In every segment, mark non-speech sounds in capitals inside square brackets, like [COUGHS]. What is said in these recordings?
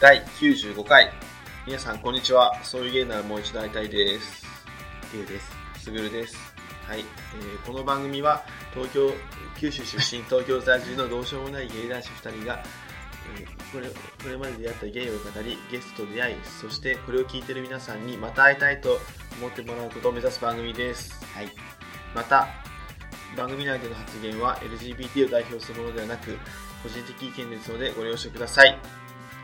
第95回皆さんこんにちはそういう芸ならもう一度会いたいですゆうです。すぐるですはい、えーこの番組は東京九州出身東京在住のどうしようもない芸男子2人が、えーこれこれまで出会った芸を語りゲストと出会いそしてこれを聞いてる皆さんにまた会いたいと思ってもらうことを目指す番組ですはい。また番組内での発言は LGBT を代表するものではなく個人的意見ですのでご了承ください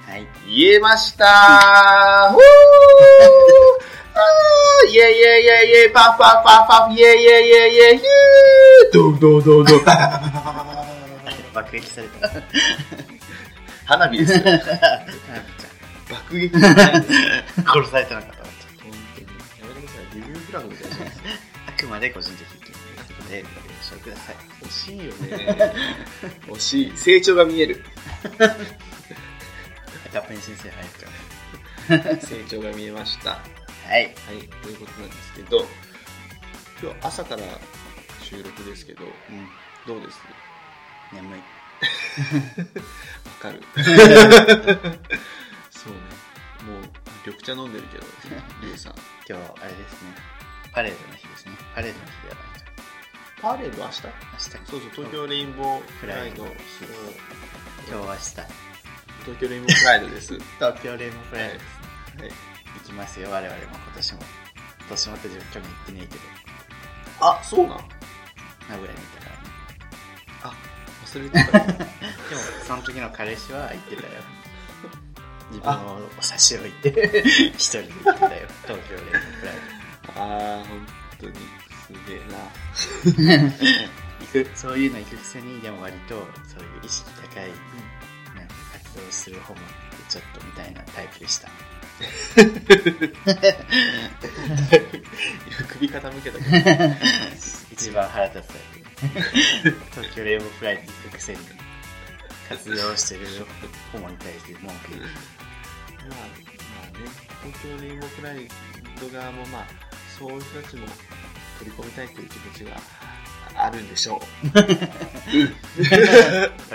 はい。言えま [LAUGHS] したーふうあーイェイイェイイェイイェイパフパフパフパフイェイイェイイェイイェイヒュードンドンドンドン爆撃された。はい [LAUGHS] 花火ですよ [LAUGHS] 爆撃じゃないですよ殺されてなかった。本当にやめてくださいレビューフラグみたいなあくまで個人的意見ということで、ご了承ください。惜しいよ [LAUGHS] ね惜しい成長が見える赤ペン先生、はい。成長が見えましたはい。はい、ということなんですけど、今日朝から収録ですけど、うん。どうです眠い。わかるそうね、もう緑茶飲んでるけど、リュウさん。今日、あれですね。パレードの日ですね。パレードの日ではないか。パレード明日そう明日かそう、東京レインボーフライド。フそライドう今日は明日。東京レインボーフライドです。はい、東京レインボープライドですね。行きますよ、我々も今年も。今年もって自分去年行ってねえけど、あ、そうなん名古屋にいたからね。あ、忘れてた。でも、その時の彼氏は行って [LAUGHS] たよ。自分をお差し置いて、 [LAUGHS] 一人で行ってたよ。東京レインボープライド。あー、本当に、すげえな。行く [LAUGHS] そういうの行くくせにでも割とそういう意識高い、なんか活動する方もちょっとみたいなタイプでした首傾 [LAUGHS] けたけど。一番腹立つタイプ東京レインボーフライに行くくせに活動してる方に対して文句言うまあ、まあね、東京レインボープライド側もまあ、そういう人たちも取り込みたいという気持ちがあるんでしょう。取り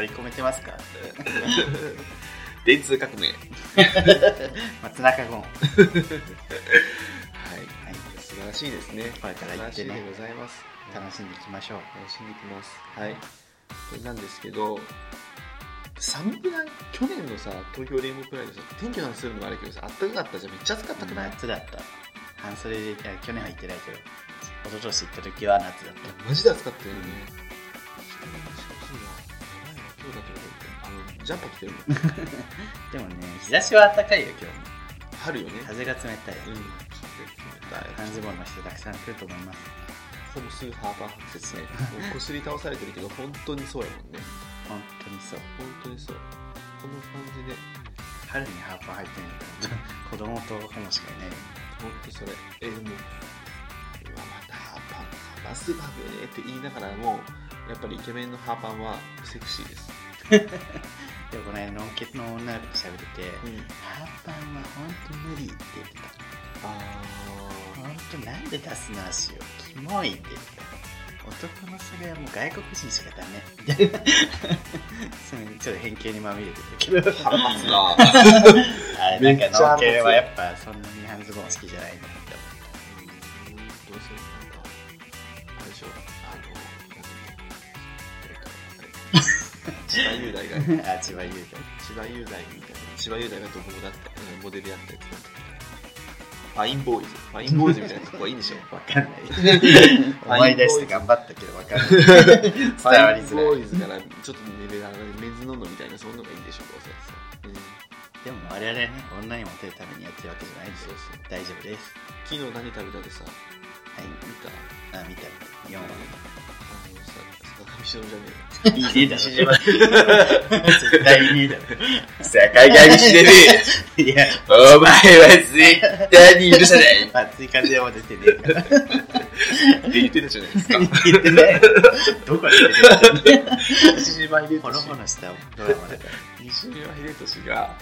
込めてますか電通革命。はい。松中ゴン、はい、素晴らしいですね。これから行っ素晴らしてねいでございます。楽しんでいきましょう楽しんでいきます。はい。なんですけど、寒くない去年のさ、東京レインボープライドさ、天気の話するのもあるけどさ、あったかかったじゃん。めっちゃ暑かったくない、夏だった半袖でいや去年は行ってないけど一昨年行った時は夏だっマジで暑かったよね。今日だと思って、あの、ジャンパー着てるもん。たでもね日差しは暖かいよ今日も春よね。風が冷たい、うん。冷たい。半ズボンの人たくさん来ると思いますほぼすぐハーバー白ですね。もうこすり倒されてるけど、本当にそうやもんね。本当にそう本当にそう。この感じで、春にハーパー入ってるのかな子供とホモしかいないよね本当それ。え、でも、うわ、またハーパン、ハーパンスーパーよねって言いながらも、やっぱりイケメンのハーパンはセクシーです。でもこの間のんけの女の子と喋ってて、うん。ハーパンは本当無理って言ってたあ本当なんで出すの足をキモいって言ってた男のそれはもう外国人しかダメみたいな [LAUGHS] そのちょっと偏見にまみれてたけ [LAUGHS] どー。腹 [LAUGHS] 立つな。あれめなっんちかゃのあんるやつけはやっぱそんなに半ズボン好きじゃないんだってう思っんどうせなんかあれでしょあのなんだっ [LAUGHS] け千葉雄大がたあ千葉雄大千葉雄大みたいな千葉雄大がどこだったうんモデルやったやつなんだっけファインボーイズファインボーイズみたいなとこはいいんで [LAUGHS] しょわかんない。思い出 [LAUGHS] して頑張ったけどわかんない。 [LAUGHS] 伝フわァりインづらボい。ーイズからちょっとレベル上がるメンズノンノみたいなそんなのがいいんでしょどうせさ、うん、でも我々ね、女にモテるためにやってるわけじゃないんでそうそう大丈夫です。昨日何食べたでさはい。見たあ、見た見た。4あの話。さ坂上忍じゃねいいだろ。絶対いいだろ。えや上忍 [LAUGHS] いや、お前は絶対に許せないまあ追加でも出てねえから。 [LAUGHS] って言ってたじゃないですか言ってない。どこで出てるの西島秀ほろほろしたドラマだから。西島秀俊が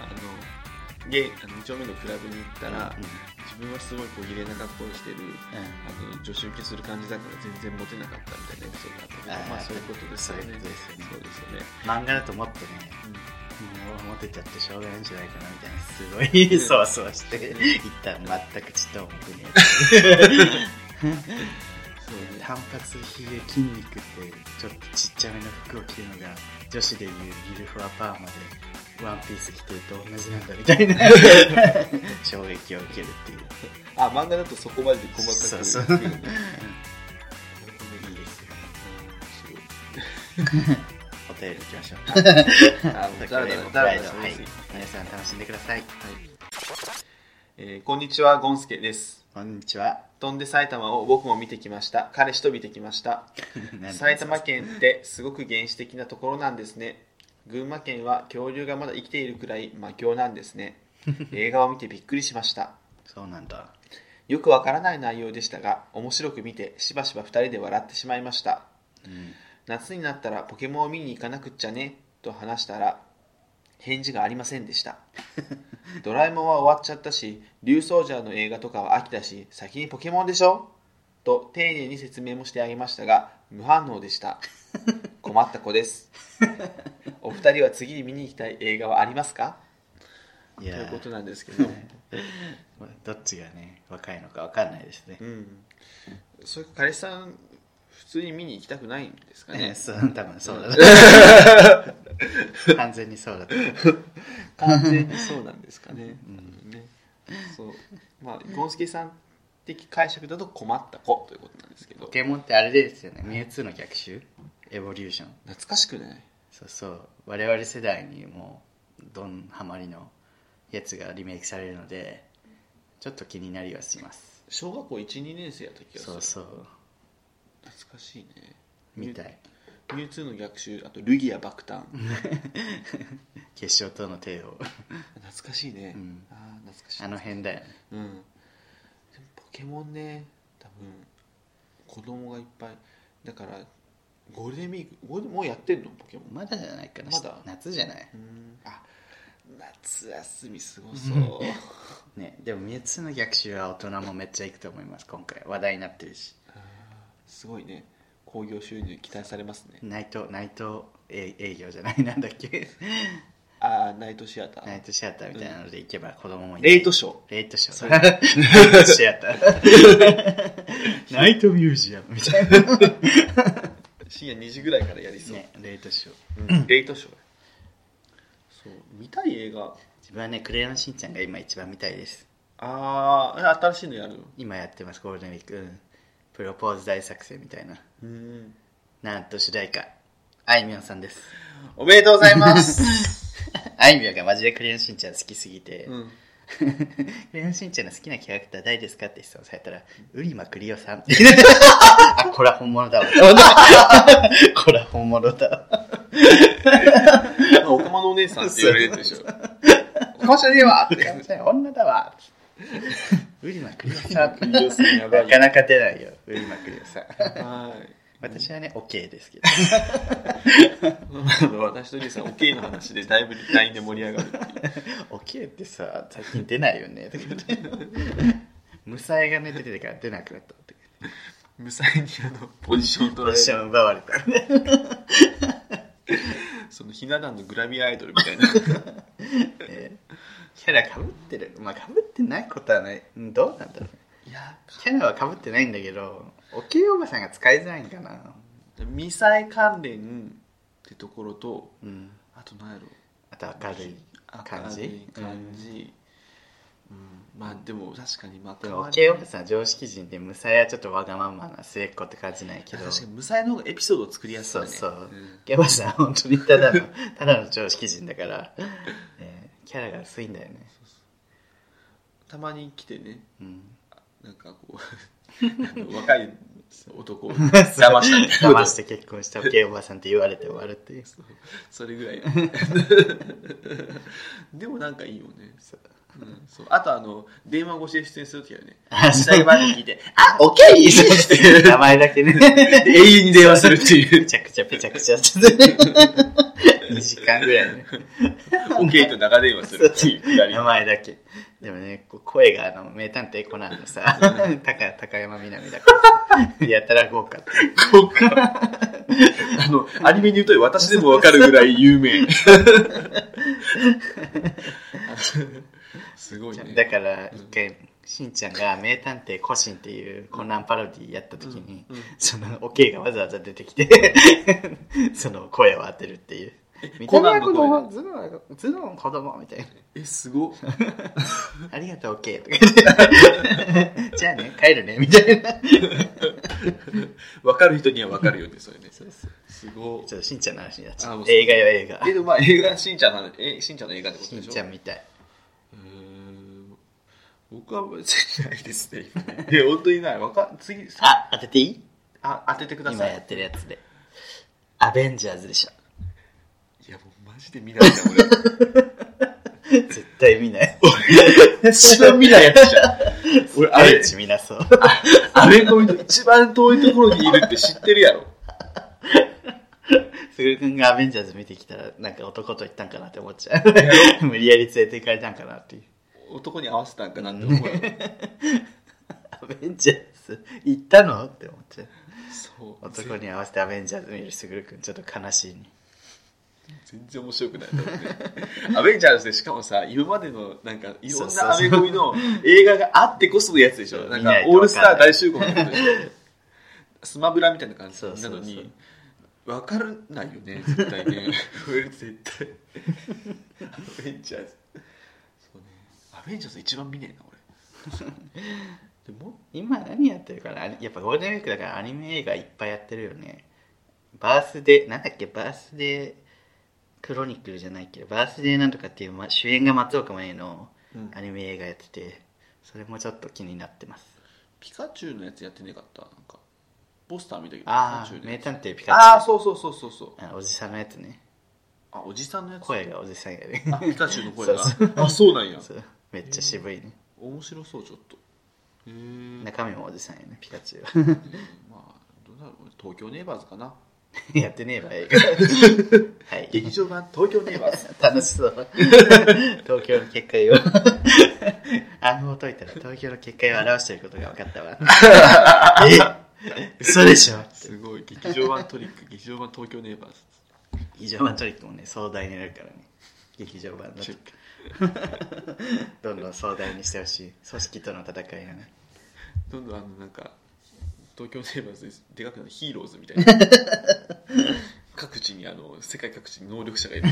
あのゲイあの2丁目のクラブに行ったら、うん自分はすごいこう綺麗な格好をしてるうんあの女子受けする感じだから全然モテなかったみたいなエピソードがあったけどあーまあそういうことですよねそういうことですそうですよよねね漫画だともっとね、もうモテちゃってしょうがないんじゃないかなみたいなすごいそわそわして一旦全くちっとも僕ねそうね単発ひげ筋肉ってちょっとちっちゃめの服を着るのが女子でいうギルフォアパーマでワンピース着てると同じなんだみたいな [LAUGHS] 衝撃を受けるっていうあ漫画だとそこまで細かくそうそう見るんだいいですようお便り行きましょうんあもうだらだらだはらいだらしますね皆さん楽しんでくださいえーこんにちはゴンスケですこんにち [LAUGHS] は飛んで埼玉を僕も見てきました彼氏と見てきました埼玉県ってすごく原始的なところなんですね群馬県は恐竜がまだ生きているくらい魔境なんですね映画を見てびっくりしましたそうなんだよくわからない内容でしたが面白く見てしばしば2人で笑ってしまいましたうん夏になったらポケモンを見に行かなくっちゃねと話したら返事がありませんでしたドラえもんは終わっちゃったし竜ソージャーの映画とかは飽きたし先にポケモンでしょと丁寧に説明もしてあげましたが無反応でした困った子ですお二人は次に見に行きたい映画はありますかいとやいうーことなんですけど、どっちがね若いのかわかんないですねうん、それか彼氏さん普通に見に行きたくないんですかねね [LAUGHS] そう多分そうだな完全にそうだった完全にそうなんですかね。 [LAUGHS] うんうんねそうまあゴンスケさん的解釈だと困った子ということなんですけどポケモンってあれですよねミュウツーの逆襲エボリューション懐かしくないそうそう我々世代にもうドンハマりのやつがリメイクされるのでちょっと気になりはします小学校12年生やった気がするそうそう懐かしいねみたいミュウツーの逆襲あとルギア爆誕決勝との [LAUGHS] 帝王懐かしいね、うんああ懐かしいあの辺だよねうんでもポケモンね多分子供がいっぱいだからゴールデンウィークゴールデンもうやってんのポケモンまだじゃないかなまだ夏じゃないうんあ夏休みすごそうねでもミュウツーの逆襲は大人もめっちゃ行くと思います今回話題になってるしすごいね興行収入期待されますね、ナイトナイト営営業じゃないなんだっけ [LAUGHS] ああナイトシアター、ナイトシアターみたいなので行けば子供もいレイトショーレイトショーだレイトシアター [LAUGHS] ナイトミュー [LAUGHS] ジアムみたいな、深夜2時ぐらいからやりそう、ね、レイトショーうんレイトショーそう見たい映画自分はね「クレヨンしんちゃん」が今一番見たいですああ新しいのやるの今やってますゴールデンウィーク、うんプロポーズ大作戦みたいなうんなんと主題歌あいみょんさんです [LAUGHS] おめでとうございます [LAUGHS] あいみょんがマジで「クレヨンしんちゃん」好きすぎて、うん [LAUGHS] クレヨンしんちゃんの好きなキャラクター誰ですかって質問されたら、ウリマクリオ [LAUGHS] さんって。あ、これは本物だわ。 [LAUGHS] これは本物だわ。おかまのお姉さんって言われるでしょおかまじゃねえわっクレてヨンちゃん女 [LAUGHS] だわ。ウリマクリオさん。リオさんやばいなよかなか出ないよ、ウリマクリオさん。はい私はね、オッケーですけど。私とリーさん OK の話でだいぶ LINE で盛り上がるっていうオッケーってさ、最近出ないよね。とか言って無才がね、出ててから出なくなったって。 [LAUGHS] 無才にあのポジション取られる私は奪われた。そのひな壇のグラビアアイドルみたいなえーキャラ被ってる。まあ、被ってないことはない。うんどうなんだろう。い [LAUGHS] やキャラは被ってないんだけど、お給おばさんが使いづらいんかな。未災関連ってところとうん。あと何やろあと明るい感明るじい。感じ、うんまあでも確かにまうたんでも、お給おばさんは常識人で、ムサヤはちょっとわがままな末っ子って感じないけど、確かに無才の方がエピソードを作りやすいねそうそううんお給おばさんは本当にただの、ただの常識人だから、えーキャラが薄いんだよね。たまに来てねうん。なんかこう [LAUGHS] あの若い男を騙したみ [LAUGHS] たいな騙して結婚したお給おばさんって言われて終わるっていう。そうそれぐらい [LAUGHS] でもなんかいいよねそううんそうあとあの電話越しで出演するときはねあ実際番に聞いてあ、オケイ名前だけね。永遠に電話するっていぺちゃくちゃぺちゃくちゃしてて。2時間ぐらいね。 OK と長電話するっていうくだり名前だけ。でもね、こう声があの、名探偵コナンのさ、高高山みなみだからさ、やたら豪華って。こっからあのアニメに言うと私でもわかるぐらい有名 [LAUGHS] すごいねだから一回しんちゃんが「名探偵コシン」っていうコナンパロディやった時に、うんうんそのおけいがわざわざ出てきて [LAUGHS] その声を当てるっていう見た目は子コナンの供頭脳は頭脳は子供みたいなえすごっ「ありがとうおけい」とか言って「 [LAUGHS] じゃあね帰るね」みたいな分かる人には分かるよねそれねそうそうすごっちょっとしんちゃんの話になっちゃあうもうそう映画よ映画えでもまあ映画しんちゃんのえしんちゃんの映画ってことしでんしょちゃんみたいうーん僕は別にないですね今ねいや本当にないわか次さあ当てていいあ当ててくだ今さやっいてるやつで「アベンジャーズ」でしょいやもうマジで見ないんだ絶対見ない [LAUGHS] 俺一番見ないやつじゃん [LAUGHS] 俺ああれれち見なそうアメコミと一番遠いところにいるって知ってるやろすぐるくんがアベンジャーズ見てきたら、なんか男と行ったんかなって思っちゃう。無理やり連れて行かれたんかなっていう。男に合わせたんかなって思うやろアベンジャーズ行ったのって思っちゃう。そう男に合わせてアベンジャーズ見るすぐるくん、ちょっと悲しいね。全然面白くない、多分ね、アベンジャーズでしかもさ今までのなんかいろんなアメコミの映画があってこそのやつでしょなんか見ないとオールスター大集合みたいなことでしょスマブラみたいな感じそうそうなそうのに分からないよね絶対ね俺絶対アベンジャーズそうねアベンジャーズ一番見ねえな俺でも今何やってるかなあれやっぱゴールデンウィークだからアニメ映画いっぱいやってるよね。バースデー、なんだっけ、バースデークロニクルじゃないけど、バースデーなんとかっていう、ま、主演が松岡茉優のうんアニメ映画やってて、それもちょっと気になってます。ピカチュウのやつやってねえかったなんかポスター見たけどあピカチュウあ、のや名つ探偵ピカチュウ。ああそうそうそうそうそうあのおじさんのやつねあおじさんのやつ声がおじさんやねあピカチュウの声がそうあそうなんやそうめっちゃ渋いね面白そうちょっとへえ中身もおじさんやねピカチュウはまあどうだろうね東京ネイバーズかな [LAUGHS] やってねえば映画 [LAUGHS] はい劇場版東京ネイバーズ楽しそう [LAUGHS] 東京の結 [LAUGHS] 界を暗号を解いたら東京の結界を表していることが分かったわ [LAUGHS] え嘘でしょ [LAUGHS] すごい劇場版トリック [LAUGHS] 劇場版東京ネイバーズ劇場版トリックもね壮大になるからね劇場版だとチェッどんどん壮大にしてほしい組織との戦いがねどんどんあのなんか東京ネイバーズでかくなるヒーローズみたい [LAUGHS] な各地にあの世界各地に能力者が [LAUGHS] いる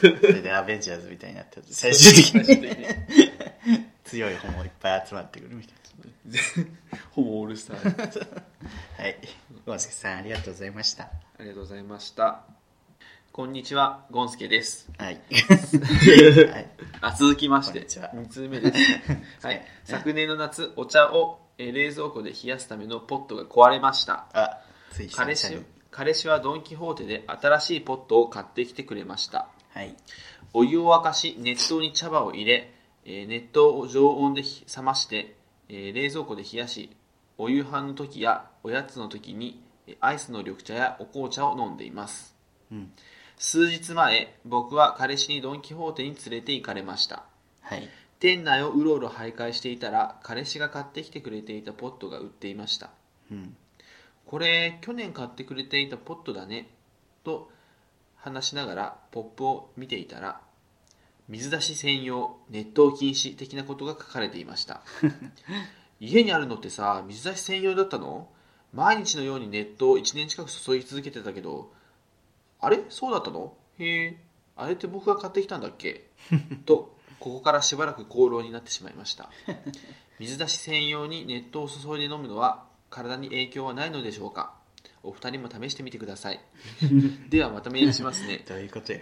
それでアベンジャーズみたいになって最終 [LAUGHS] 的 [LAUGHS] 最終に的に強い本もいっぱい集まってくるみたいほぼオールスターでな。はい。ゴンスケさん、ありがとうございました。ありがとうございましたこんにちはゴンスケです [LAUGHS] はい。はい、あ続きましこんて [LAUGHS] にちは2通目ですはい昨年の夏お茶をえー冷蔵庫で冷やすためのポットが壊れましたあ、つい久々彼に氏彼氏はドン・キホーテで新しいポットを買ってきてくれましたはい。お湯を沸かし熱湯に茶葉を入れ、えー熱湯を常温でひ冷まして、えー冷蔵庫で冷やしお夕飯の時やおやつの時にえーアイスの緑茶やお紅茶を飲んでいます、うん数日前僕は彼氏にドン・キホーテに連れて行かれましたはい。店内をうろうろ徘徊していたら彼氏が買ってきてくれていたポットが売っていましたうん。これ去年買ってくれていたポットだねと話しながらポップを見ていたら水出し専用熱湯禁止的なことが書かれていました家にあるのってさ水出し専用だったの毎日のように熱湯を1年近く注ぎ続けてたけどあれそうだったのへえあれって僕が買ってきたんだっけとここからしばらく口論になってしまいました水出し専用に熱湯を注いで飲むのは体に影響はないのでしょうかお二人も試してみてくださいではまたメールしますねどういうことや。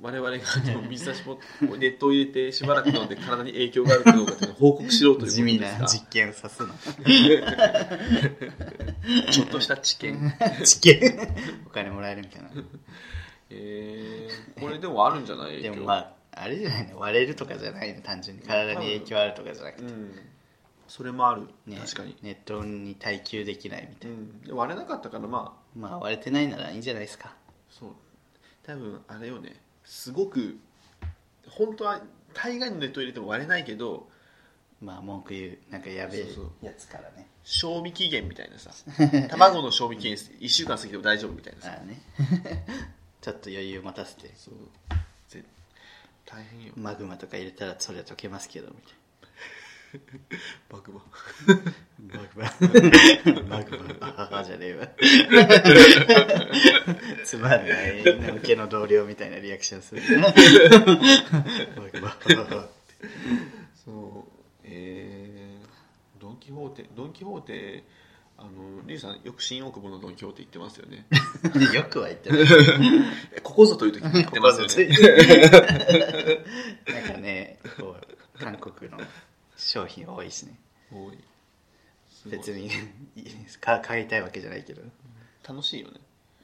我々があの水出しも熱湯を入れてしばらく飲んで体に影響があるかどうかというのを報告しろというこ地と味ですなが実験をさすの。 [LAUGHS] ちょっとした知見、実験お金もらえるみたいな。えー、これでもあるんじゃない影で響もまあ、あれじゃないの割れるとかじゃないの単純に体に影響あるとかじゃなうくて、ん、それもある、ね、確かに、ネットに耐久できないみうたいん、でも割れなかったからまあなまあ割れてないならいいんじゃないですかそう多分あれよねすごく本当は大概の熱湯入れても割れないけどまあ文句言うなんかやべえそうそやつからね賞味 [LAUGHS] 期限みたいなさ卵の賞味期限1週間過ぎても大丈夫みたいなさああね。 [LAUGHS] ちょっと余裕持たせてそうぜ大変よマグマとか入れたらそれは溶けますけどみたいなバグバマグママグマあははじゃねえわつまんない受けの同僚みたいなリアクションするマグマあははそうえー、ドン・キホーテドン・キホーテあのリュウさんよく新大久保のドン・キホーテ行ってますよ [LAUGHS] ねよくは言ってないえここぞという時に行ってますよねなんかねこう韓国の商品多いしね多いすごい別にねいいですか買いたいわけじゃないけど楽しいよね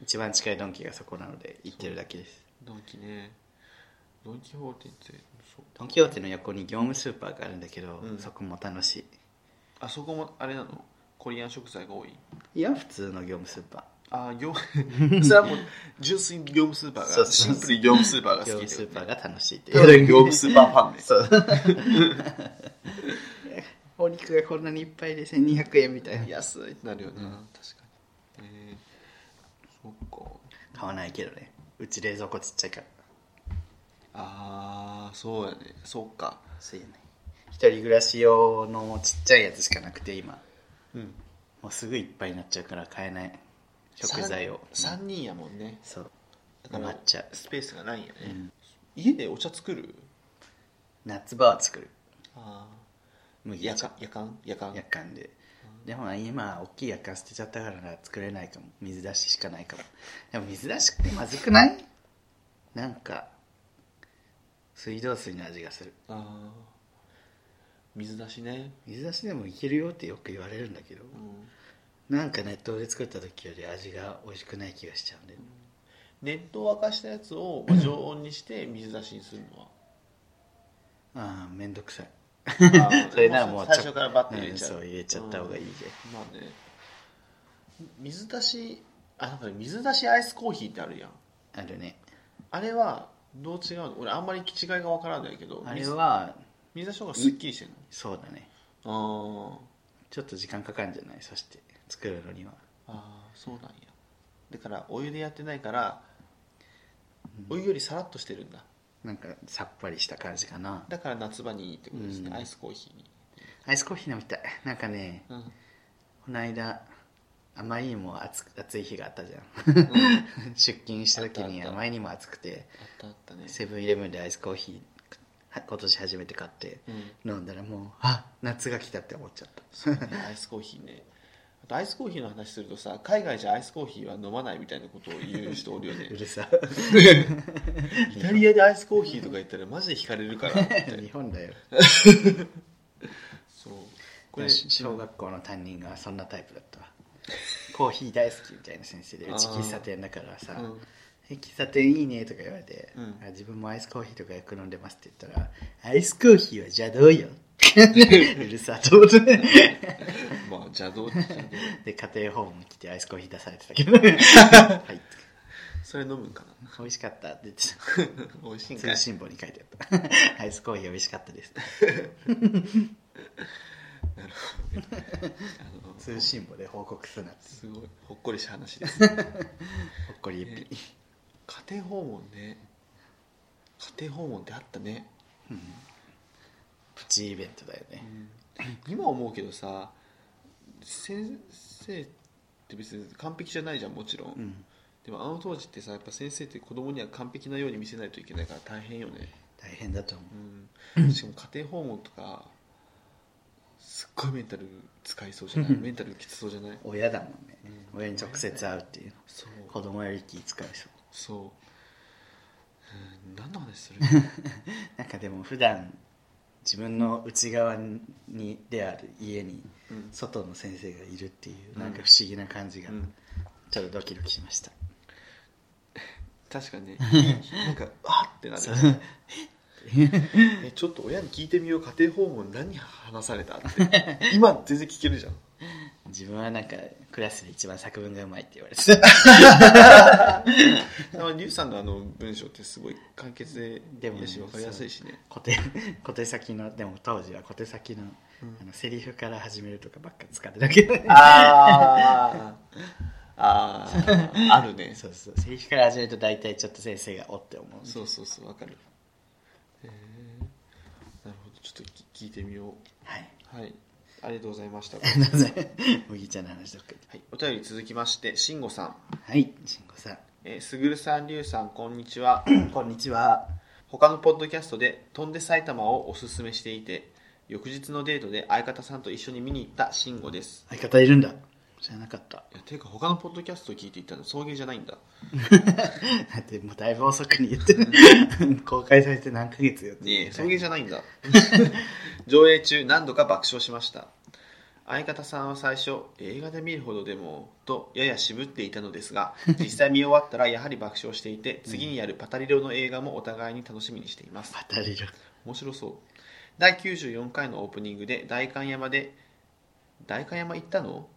一番近いドンキがそこなので行ってるだけですドンキねドン・キホーテってそうドン・キホーテの横に業務スーパーがあるんだけど、うんそこも楽しあそこもあれなのコリアン食材が多いいいや普通の業務スーパああ [LAUGHS] 業それはもう純粋に業務スーパーそうがそうシそうンプルに業務スーパーーが業好務きスでーパーが楽しいってただいう業務スーパーファンですそう [LAUGHS] お肉がこんなにいっぱいで1200円みたいな安いってなるよな、確かにえー、そっか買わないけどねうち冷蔵庫ちっちゃいからああそうやねそうかそうやね一人暮らし用のちっちゃいやつしかなくて今うんもうすぐいっぱいになっちゃうから買えない食材を3うん人やもんねそうだから埋まっちゃうスペースがないんやね、うん家でお茶作る夏場は作るああ麦夜茶間夜間夜間夜間ででも今大きい夜間捨てちゃったからな作れないかも水出ししかないからでも水出しってまずくないなんか水道水の味がするああ水出しね、水出しでもいけるよってよく言われるんだけどうん、なんか熱湯で作った時より味が美味しくない気がしちゃうんで熱湯を沸かしたやつをまあ常温にして水出しにするの [LAUGHS] はああ面倒くさいあーそれならもう最初からバッと入れうんちゃう,、そう入れちゃった方がいいでうんまあね水出しあなんかね水出しアイスコーヒーってあるやんあるねあれはどう違うの俺あんまり違いがわからないけどあれは水水出しの方がすっきりしてるそうだねのちょっと時間かかるんじゃないそして作るのにはあーあーそうなんやだからお湯でやってないからお湯よりさらっとしてるんだなんかさっぱりした感じかなだから夏場にいいってことですね、うんアイスコーヒーに、アイスコーヒー飲みたいなんかねうんこの間あまりにも暑く暑い日があったじゃんうん、あっ [LAUGHS] 出勤した時にあったあったあまりにも暑くてたあったね、セブンイレブンでアイスコーヒーは今年初めて買ってうん飲んだらもうあ夏が来たって思っちゃったそうね、アイスコーヒーねあとアイスコーヒーの話するとさ海外じゃアイスコーヒーは飲まないみたいなことを言う人おる [LAUGHS] よねうるさイタリアでアイスコーヒーとか言ったらマジで惹かれる [LAUGHS] から日本だよそうこれ小学校の担任がそんなタイプだったわコーヒー大好きみたいな先生でうちあー喫茶店だからさうん「え喫茶店いいね」とか言われて、うんあ自分もアイスコーヒーとかよく飲んでます」って言ったら「アイスコーヒーは邪道よ」うるさと思って [LAUGHS] まあ邪道って言ってたけどで家庭訪問来てアイスコーヒー出されて [LAUGHS] たけど、はい、それ飲むんかな [LAUGHS] 美味しかったって言って美味しいんかたい通信簿に書いてあった「ア [LAUGHS] イスコーヒー美味しかったです」あの通信簿で報告するなってすごいほっこりした話ですほっこり一品、家庭訪問ね家庭訪問ってあったね、うんプチイベントだよね、今思うけどさ先生って別に完璧じゃないじゃんもちろん、うん、でもあの当時ってさやっぱ先生って子供には完璧なように見せないといけないから大変よね、大変だと思ううん、しかも家庭訪問とかすっごいメンタル使いそうじゃないメンタルきつそうじゃない親だもんね、うん親に直接会うっていうそ子う供より気使いそうそう、うん、何の話 [LAUGHS] するなんかでも普段自分の内側にである家にうん外の先生がいるっていう、うんなんか不思議な感じが、うんちょっとドキドキしました、確かに [LAUGHS] ねなんかあってなるそうえちょっと親に聞いてみよう家庭訪問何話されたって今全然聞けるじゃん自分はなんかクラスで一番作文がうまいって言われて [LAUGHS] たあのリュウさんのあの文章ってすごい簡潔ででもねいいし分かりやすいしね小手小手先のでも当時は小手先の,、うん [LAUGHS] あのセリフから始めるとかばっか使ってたけどねああ [LAUGHS] あああるねそうそうセリフから始めると大体ちょっと先生がおって思うそうそうそうわかるへえなるほどちょっとき聞いてみようはい [LAUGHS] はいありがとうございましたなぜ麦茶の話とかはい、お便り続きまして、しんごさん、はい慎吾さんえー、すぐるさん、りゅうさん、こんにちは。 [COUGHS] こんにちは他のポッドキャストで、飛んで埼玉をおすすめしていて、翌日のデートで相方さんと一緒に見に行ったしんごです。相方いるんだ知らなかったいやていうか、他のポッドキャストを聞いていったの、送迎じゃないんだ。だってもうだいぶ遅くに言っ [LAUGHS] てる公開されて何ヶ月よってねえ、送迎じゃないんだ。 [LAUGHS] 上映中、何度か爆笑しました。相方さんは最初、映画で見るほどでも、とやや渋っていたのです [LAUGHS] が、実際見終わったらやはり爆笑していて、次にやるパタリロの映画もお互いに楽しみにしています。パタリロ面白そう第94回のオープニングで代官山で代官山行ったの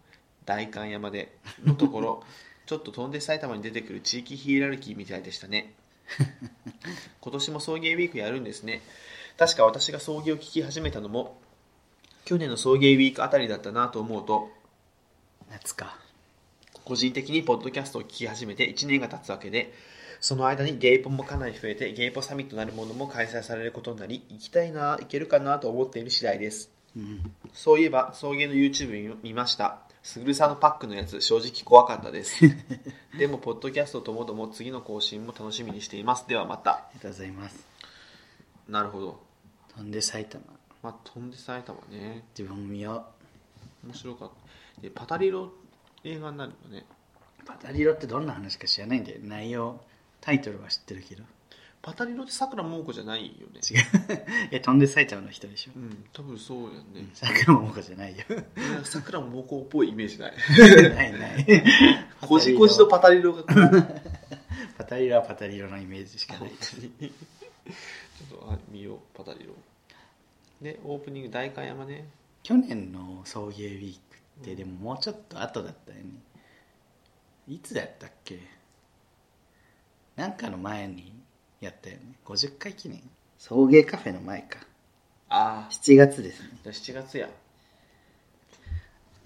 代官山でのところちょっと飛んで埼玉に出てくる地域ヒエラルキーみたいでしたね今年も送迎ウィークやるんですね確か私が送迎を聞き始めたのも去年の送迎ウィークあたりだったなと思うと夏か個人的にポッドキャストを聞き始めて1年が経つわけでその間にゲイポもかなり増えてゲイポサミットなるものも開催されることになり行きたいな行けるかなと思っている次第ですうんそういえば送迎の YouTube 見ましたすぐるさんのパックのやつ正直怖かったです [LAUGHS] でもポッドキャストともども次の更新も楽しみにしていますではまたありがとうございますなるほど飛んで埼玉まあ飛んで埼玉ね自分も見よ面白かったでパタリロ映画になるよねうパタリロってどんな話か知らないんだよ内容タイトルは知ってるけどパタリロってさくらももこじゃないよね違うえ飛んで埼玉の人でしょうん多分そうやんね、桜桃子じ [LAUGHS] ゃないよ桜も猛攻っぽいイメージ [LAUGHS] ない。ないない [LAUGHS] こじこじとパタリロがこうパタリロはパタリロのイメージしかないちょっとあ見よう、パタリロ。で、オープニング、代官山ね。去年の送迎ウィークってでももうちょっと後だったよねいつだったっけなんかの前にやったよね50回記念送迎カフェの前かああ、 7月ですねじゃあ7月や。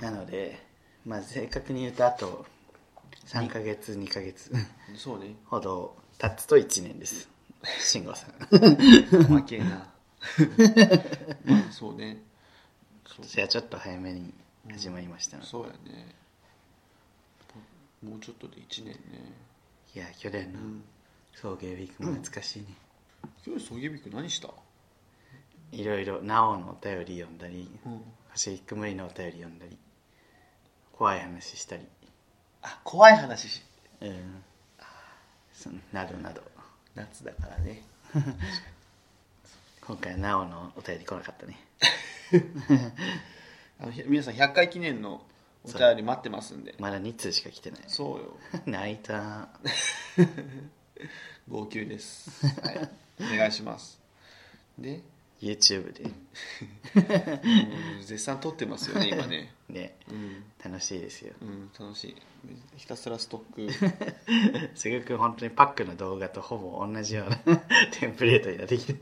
なのでまあ正確に言うとあと3ヶ月2ヶ月そうね。ほど経つと1年です慎吾さ [LAUGHS] ん細けえな。まあそうね。そう私はちょっと早めに始まりましたので、そうやね。もうちょっとで1年ね。いや去年うのん。送迎ウィークも懐かしいね、今日、ソゲビク何したいろいろ「なお」のお便り読んだりうん。パシフィックムリのお便り読んだり怖い話したりあ、怖い話し。うんそんなどなど夏だからね。今回はなおのお便り来なかったねあのひ皆さん、100回記念のお便り待ってますんで。まだ2通しか来てないそうよ。 [LAUGHS] 泣いた号泣です。はい、お願いします。で、 YouTube でうん絶賛撮ってますよね、今ね。ねうん、楽しいですようん、楽しい。ひたすらストック。すぐくん本当にパックの動画とほぼ同じような [LAUGHS] テンプレートになってきてる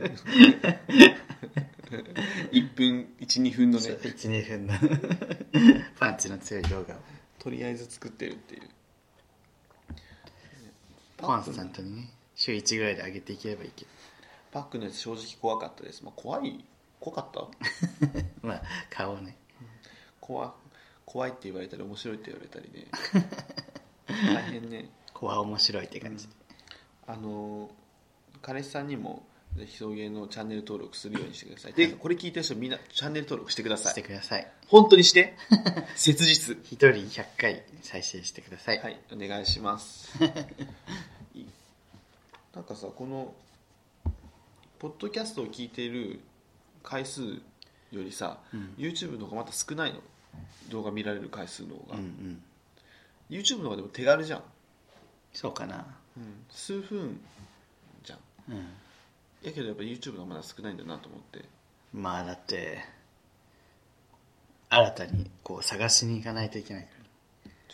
1分、1、2分のね、 12分の [LAUGHS] パンチの強い動画をとりあえず作ってるっていう。コンスタントにね週1ぐらいで上げていければいいけどパックのやつ正直怖かったです。まあ、怖い怖かったまあ顔ね怖怖いって言われたり、面白いって言われた [LAUGHS] りね。大変ね。怖面白いって感じであの彼氏さんにもぜひ送迎のチャンネル登録するようにしてください。で、これ聞いてる人みんなチャンネル登録してくださしいて。ください本当にして [LAUGHS] 切実一人100回再生してください、はいお願いします [LAUGHS] いなんかさこのポッドキャストを聞いている回数よりさ、うん YouTube の方がまた少ないの動画見られる回数の方うんが、うん YouTube の方がでも手軽じゃん、そうかな数分じゃんうんやけどやっぱ YouTube の方がまだ少ないんだなと思ってまあだって新たにこう探しに行かないといけないから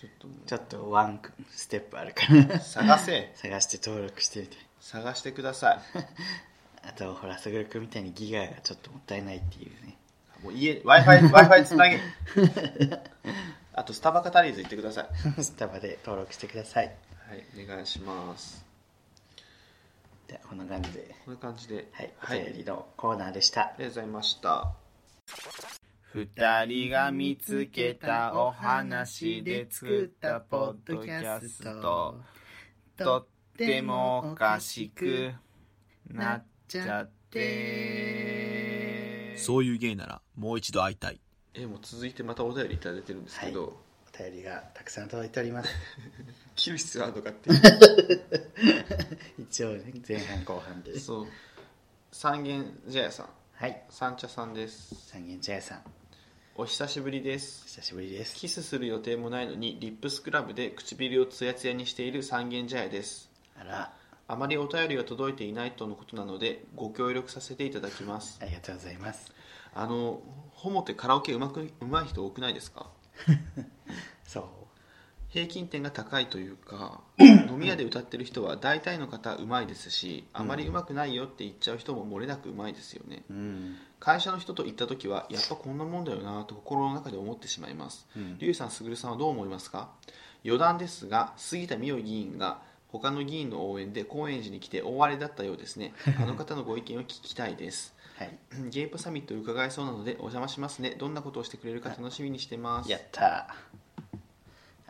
ちょっともうちょっとワンステップあるか [LAUGHS] ら探せ探して登録してみて探してくださいあとほら卓君みたいにギ [LAUGHS] ガがちょっともったいないっていうねもう家 w i f i w i f i つなげあとスタバカタリーズ行ってくださいスタバで登録してくださいはいお願いしますではこんな感じでこんな感じではい、はい、あおり便りがのコーナーでしたとうございました二人が見つけたお話で作ったポッドキャストとってもおかしくなっちゃってそういうゲイならもう一度会いたい。えもう続いてまたお便りいただいてるんですけど、お便りがたくさん届いております切る必要あるのかっていう一応ね前半後半ですそう三軒茶屋さんはい三茶さんです三軒茶屋さんお久しぶりです久しぶりですキスする予定もないのにリップスクラブで唇をツヤツヤにしている三軒茶屋ですあらあまりお便りが届いていないとのことなのでご協力させていただきますありがとうございますあのホモってカラオケうまくうまい人多くないですかそう平均点が高いというか飲み屋で歌ってる人は大体の方うまいですしあまりうまくないよって言っちゃう人も漏れなくうまいですよね、うん会社の人と行った時はやっぱこんなもんだよなと心の中で思ってしまいます、リュウさんすぐるさんはどう思いますか余談ですが杉田水脈議員が他の議員の応援で高円寺に来て大荒れだったようですねあの方のご意見を聞きたいですはいうんゲイプサミット伺えそうなのでお邪魔しますねどんなことをしてくれるか楽しみにしてますやったーあ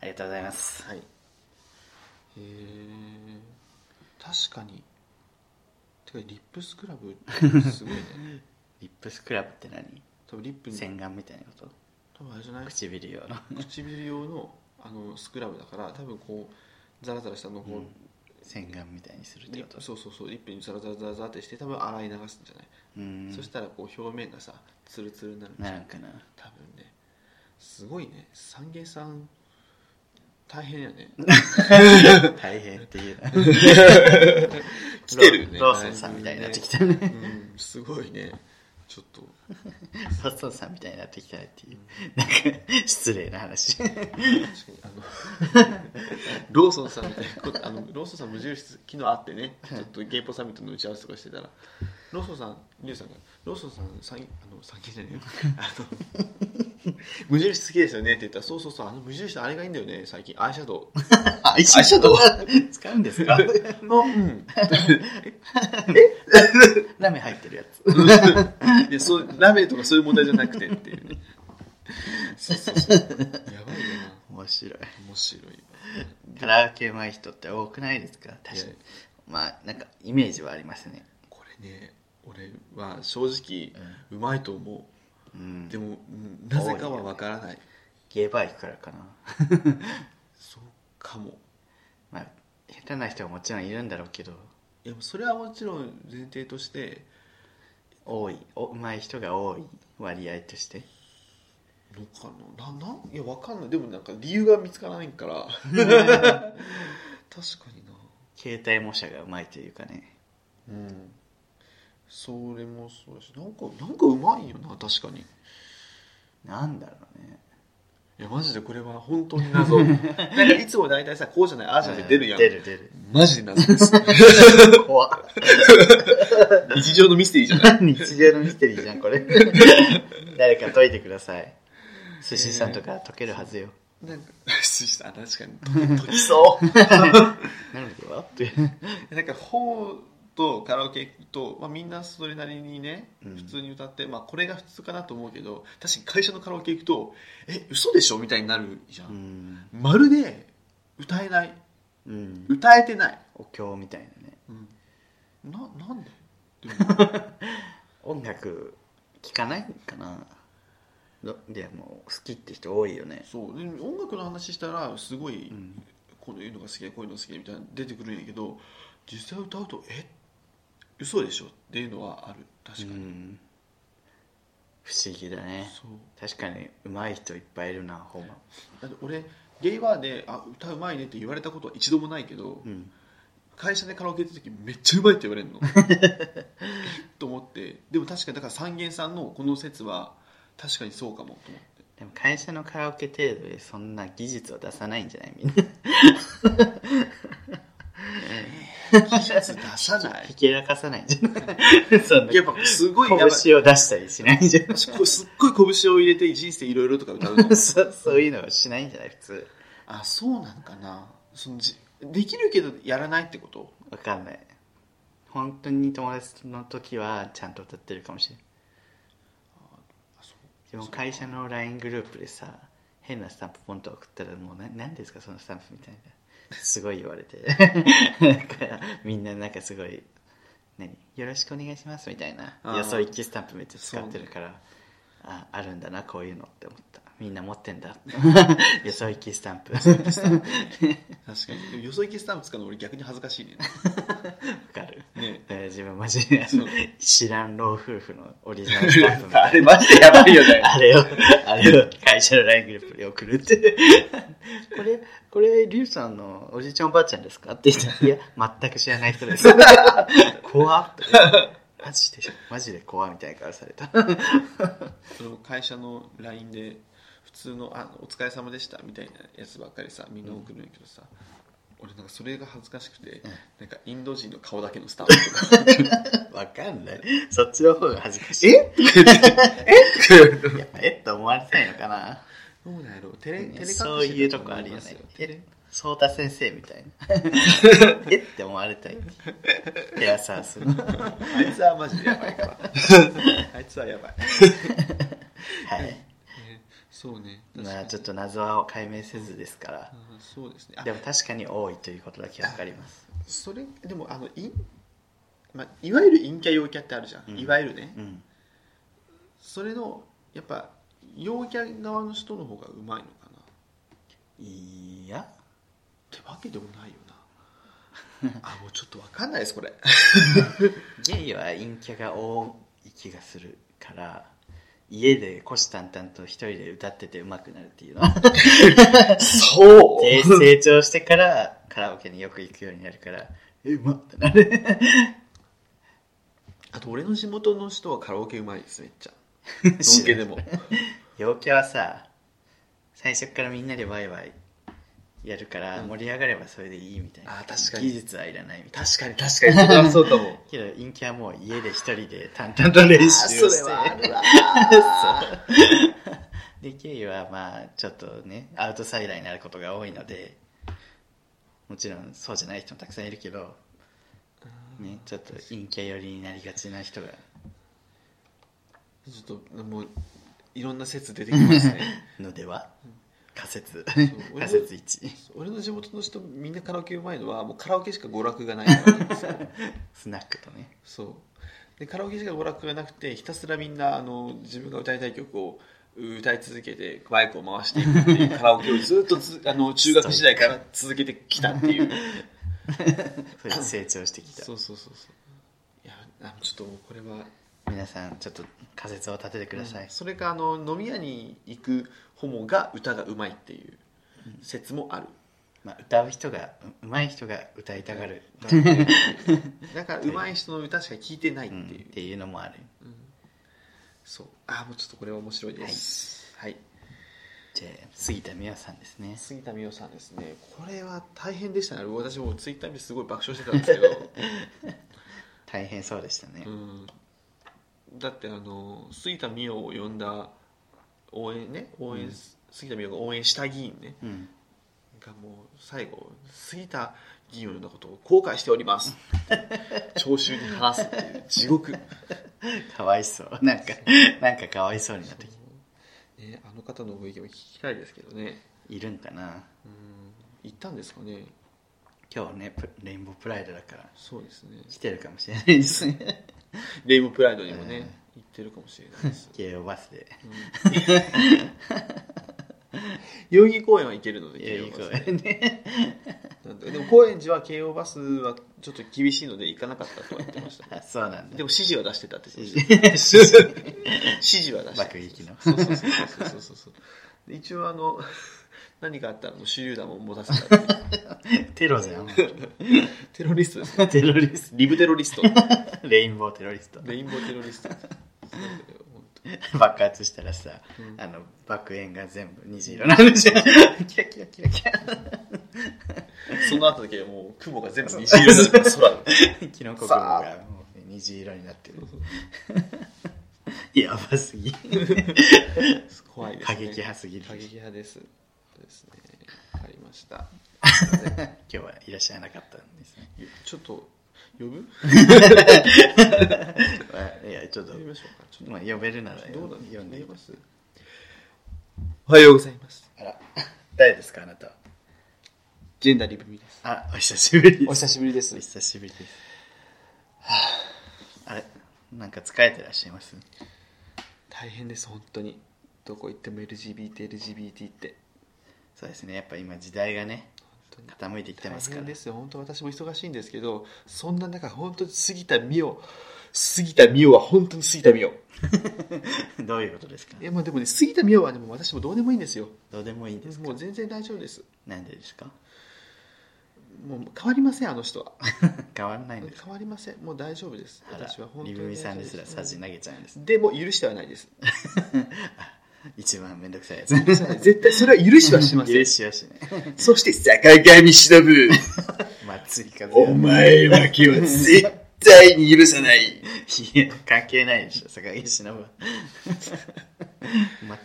りがとうございますはいへえ確かにてかリップスクラブすごいねリップスクラブって何多分リップに洗顔みたいなこと [LAUGHS] 多分あれじゃない唇用の唇用のあのスクラブだから多分こうザラザラしたのをこう、洗顔みたいにするってリこップとそうそうそうリップにザラザラザラザラってして多分洗い流すんじゃない、うんそしたらこう表面がさツルツルになるんじゃなないるかな [LAUGHS] 多分ねすごいね三芸さん大変や [LAUGHS] ね大変っていうな来てるねローソンさんみたいになってきたねた、うん、すごいねちょっとローソンさんみたいになってきたっていうなんか失礼 [LAUGHS] な話確かにあのローソンさんみたいなことあのローソンさん無印昨日会ってねちょっとゲイポサミットの打ち合わせとかしてたらローソンさんリュウさんが「ローソンさんさんあの最近じゃねえよあの無印好きですよね」って言ったら「そうそうそうあの無印のあれがいいんだよね最近アイシャドウ」アイシャドウ使うんで [LAUGHS] すかあうんラメ入ってるやつでそうラメとかそういう問題じゃなくてっていうねそうそうそうやばいよな面白い面白いカラオケ上手い人って多くないですか確かいにやまあなんかイメージはありますねこれね俺は正直うまいと思う、うんでもうんなぜかはわからないゲーバイクからかなそうかもまあ下手な人はもちろんいるんだろうけどいやそれはもちろん前提として多いお上手い人が多い割合としてどうかなななんいやわかんないでもなんか理由が見つからないから確かにな携帯模写が上手いというかねうんそれもそうだしなんかなんかうまいよな確かにいなんだろうねやマジでこれは本当に謎 [LAUGHS] なんかいつも大体さこうじゃないああじゃないって出るやん出 [LAUGHS] る出るマジで謎 [LAUGHS] です怖っ [LAUGHS] 日常のミステリーじゃない日常のミステリーじゃん [LAUGHS] これ誰か解いてください寿司さんとか解けるはずよ、なん [LAUGHS] かした確か [LAUGHS] に解きそう [LAUGHS] なのではってなんか方とカラオケと、まあ、みんなそれなりにねうん普通に歌って、まあ、これが普通かなと思うけど確かに会社のカラオケ行くとえ嘘でしょみたいになるじゃん、うん、まるで歌えないうん、歌えてない、お経みたいなねうん、ななんで [LAUGHS] 音楽聴かないかなどでも好きって人多いよねそうで音楽の話したらすごい、んこういうのが好きこういうのが好きみたいなの出てくるんやけど実際歌うとえ嘘でしょっていうのはある確うかに、ん不思議だねそう確かに上手い人いっぱいいるなほんまだって俺ゲイバーであ歌うまいねって言われたことは一度もないけど、うん会社でカラオケ行った時めっちゃうまいって言われ [LAUGHS] るのと思ってでも確かにだから三軒さんのこの説は確かにそうかもと思ってでも会社のカラオケ程度でそんな技術を出さないんじゃないみんな [LAUGHS] 技術出さないひけらかさないんじゃない [LAUGHS] そんなやっぱすごいやばい拳を出したりしないんじゃないすっごいすっごい拳を入れて人生いろいろとか歌うのそそういうのはしないんじゃない普通あそうなのかなそのじできるけどやらないってことわかんない本当に友達の時はちゃんと歌ってるかもしれないでも会社の LINE グループでさ変なスタンプポンと送ったらもうな何ですかそのスタンプみたいなすごい言われてなんかみんななんかすごい何よろしくお願いしますみたいなあーよそ行きスタンプめっちゃ使ってるからああるんだなこういうのって思ったみんな持っ [LAUGHS] てんだよそ行きスタンプわ確かにでもよそ行きスタンプ使うの俺逆に恥ずかしいねかるねだから自分マジであそのう知らん老夫婦のオリジナルスタンプみたいなあれマジでやばいよね [LAUGHS] あれを、あれを会社の LINE グループに送るって。 [LAUGHS] これ、これ、リュウさんのおじいちゃんおばあちゃんですかって言ったら、いや、全く知らない人 [LAUGHS] です。怖っって。マジで、マジで怖っみたいな顔された。その会社の LINE で普通の「あお疲れ様でした」みたいなやつばっかりさみんな送るんやけどさ、俺なんかそれが恥ずかしくて、なんかインド人の顔だけのスタンプ [LAUGHS] とか [LAUGHS] わかんない。そっちの方が恥ずかしい。え [LAUGHS] えやっぱえって思われたいのかな。どうなんやろうテレ、テレそういうとこあるよね。ソータ先生みたいな。 [LAUGHS] えって思われたい。いやさ、その、あいつはマジでやばい [LAUGHS] からあいつはやばいはい。そうねまあちょっとと謎は解明せずですから、そうですねであも確かに多いということだけわかりますそれでもあのい,、まあ、いわゆる陰キャ陽キャってあるじゃん、うんいわゆるねうんそれのやっぱ陽キャ側の人の方がうまいのかないやってわけでもないよ [LAUGHS] なあもうちょっとわかんないですこれゲイは陰キャが多い気がするから家で虎視眈々と一人で歌ってて上手くなるっていうのはそで [LAUGHS] 成長してからカラオケによく行くようになるからえうまってなるあと俺の地元の人はカラオケうまいですめっちゃ知のんらけんでも陽キャはさ最初からみんなでワイワイやるから盛り上がればそれでいいみたいな、あ確かに技術はいらないみたいな確かに確かにそうかもけど陰キャはもう家で一人で淡 [LAUGHS] 々と練習してそれはあるわでゲイはまあちょっとねアウトサイダーになることが多いのでもちろんそうじゃない人もたくさんいるけど、ね、ちょっと陰キャ寄りになりがちな人がちょっともういろんな説出てきます [LAUGHS] ねのでは仮説そう [LAUGHS] 仮説1俺の地元の人みんなカラオケうまいのはもうカラオケしか娯楽がないからなんですよスナックと [LAUGHS] ねそうでカラオケしか娯楽がなくてひたすらみんなあの自分が歌いたい曲を歌い続けてバイクを回していくってい [LAUGHS] うカラオケをずっとずあの中学時代から続けてきたって [LAUGHS] いうそれで成長してきたそうそうそうそういやあちょっともうこれは皆さんちょっと仮説を立ててください、それかあの飲み屋に行くホモが歌がうまいっていう説もあるまあ、歌う人がう上手い人が歌いたがる、だ [LAUGHS] からうまい人の歌しか聴いてないっうんっていう、ていうのもあるそうあーもうちょっとこれは面白いですはい、じゃあ杉田美和さんですね杉田美代さんですねこれは大変でしたね私もツイッター見てすごい爆笑してたんですけ [LAUGHS] ど、大変そうでしたね、うん、だってあの杉田美代を呼んだ応援ね応援、杉田美代が応援した議員ねうんがもう最後杉田議員を呼んだことを後悔しております [LAUGHS] 聴衆に話すっていう地獄かわいそうなんかなんかかわいそうになってきてね、あの方のご意見も聞きたいですけどね、いるんかなうん、行ったんですかね、今日ねプレインボープライドだからそうですね、来てるかもしれないですね。レイブプライドにもね、行ってるかもしれないです慶応バスで代々木公園は行けるので、慶応慶応バス公園ねなんででも高円寺は慶応バスはちょっと厳しいので行かなかったとは言ってま [LAUGHS] した。あそうなんだでも指示は出してたって言ってました指示は出してた。爆撃のそうそうそうそうそうそう。で一応あの、 [LAUGHS] 何かあったらもう手榴弾も持たせた [LAUGHS] っていう [LAUGHS] テロじゃんテロリストですね。 [LAUGHS] テロリスリブテロリスト。トレインボーテロリストレインボーテロリスト。本当 [LAUGHS] 爆発したらさ、あの爆炎が全部虹色なんでしょキラキラキラキラその後だけもう雲が全部虹色になって空キノコ雲がもう虹色になってるやばすぎ怖いです過ね激派すぎる過激派ですそうですねわかりました今日はいらっしゃらなかったんですねよちょっと呼ぶいやちょっと呼びましょうかちょっまあ呼べるならとどうだ読んで呼びますおはようございますあら誰ですかあなたジェンダーリブミですあお久しぶりですお久しぶりですお久しぶりですあれなんか疲れてらっしゃいます大変です本当にどこ行っても LGBTLGBT ってそうですねやっぱ今時代がね本当に傾いてきてますか大ら変ですよ本当私も忙しいんですけどそんな中本当に杉田美桜杉田美桜は本当に杉田美桜どういうことですかいやまあでもね杉田美桜はねもう私もどうでもいいんですよどうでもいいんですかもう全然大丈夫ですなん [LAUGHS] でですかもう変わりませんあの人は変わんないんですか変わりませんもう大丈夫ですあら私は本当リにブミさんですら大丈夫サジ投げちゃうんですでも許してはないです一番めんどくさいやつ許してはない [LAUGHS] 絶対それは許しはしません嬉しいわ [LAUGHS] しねそして坂上 [LAUGHS] 忍松井風お前はけは絶対に許さないいや関係ないでしょ坂井忍は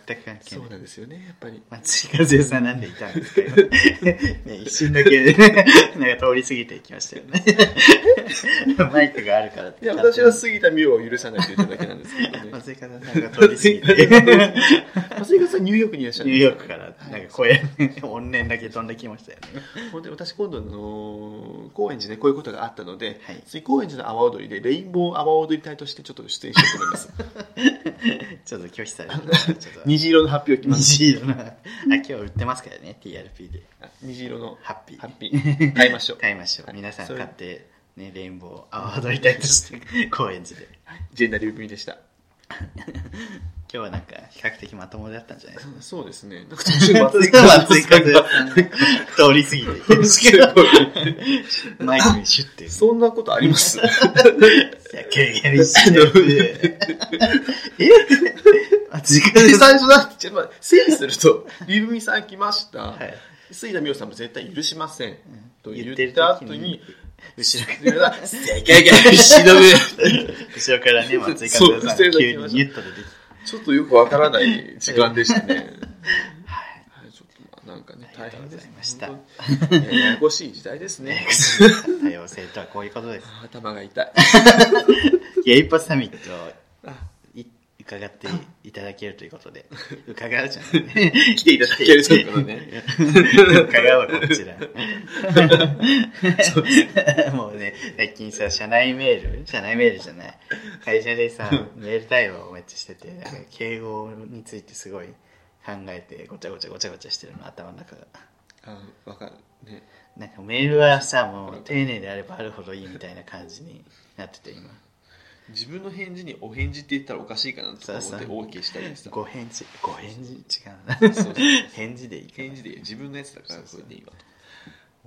全く関係そうないなんですよねやっぱり松井和代さんなんでいたんですか今 [LAUGHS] ね一瞬だけ、なんか通り過ぎていきましたよね [LAUGHS] マイクがあるからっていや私は杉田美桜を許さないと言っただけなんですけどね松井風さんが通り過 [LAUGHS] ぎて松井さんニューヨークにいらっしゃるニューヨークからなんか声怨念だけ飛んできましたよね [LAUGHS] ほんで私今度あのー高円寺でこういうことがあったので、はい次高円寺の阿波踊りでレインボー阿波踊り隊としてちょっと出演しようと思います [LAUGHS] ちょっと拒否 [LAUGHS] されてちょっと虹色の発表きます虹色な [LAUGHS] あ今日売ってますからね TRP であ虹色のハッピーハッピー [LAUGHS] 買いましょう買いましょうはい皆さんそれ買ってねレインボーあ踊りたいとして [LAUGHS] 高円寺でジェンダーリブミでした今日はなんか比較的まともだったんじゃないですかそうですねなんか途中松井 [LAUGHS] 松井風さんさん通り [LAUGHS] 過ぎていきましたけどマイクにシュッてそんなことあります軽 [LAUGHS] 減して [LAUGHS] え [LAUGHS] 松井で風さ [LAUGHS] 最ん初だってちょっと待って整理するとリブミさん来ました、い杉田美桜さんも絶対許しません、と言言っってるた時後にに後ろ杉田が後 [LAUGHS] ろからね松井風さんが急にニュッと出てきてちょっとよくわからない時間で [LAUGHS] したね。はいはい、ちょっとまあなんかね、あ大りがとう変でござすいました本当にえーややこしい時代ですね。多様性とはこういうことですあー頭が痛い。ゲイパサミットをあい伺っていただけるということで伺うじゃない [LAUGHS] 来ていただけるということ [LAUGHS] で [LAUGHS] ね。伺うわこちらもうね最近さ社内メール社内メールじゃない会社 [LAUGHS] でさメール対応をめっちゃしててなんか敬語についてすごい考えてごちゃごちゃごちゃごちゃしてるの頭の中があーわかる。ね。なんかメールはさもう丁寧であればあるほどいいみたいな感じになってて今自分の返事にお返事って言ったらおかしいかなとかそう思ってそう OK したりさ。ご返事ご返事違そううそうそうな [LAUGHS] 返事でいいかな返事で自分のやつだからそれでいいわと。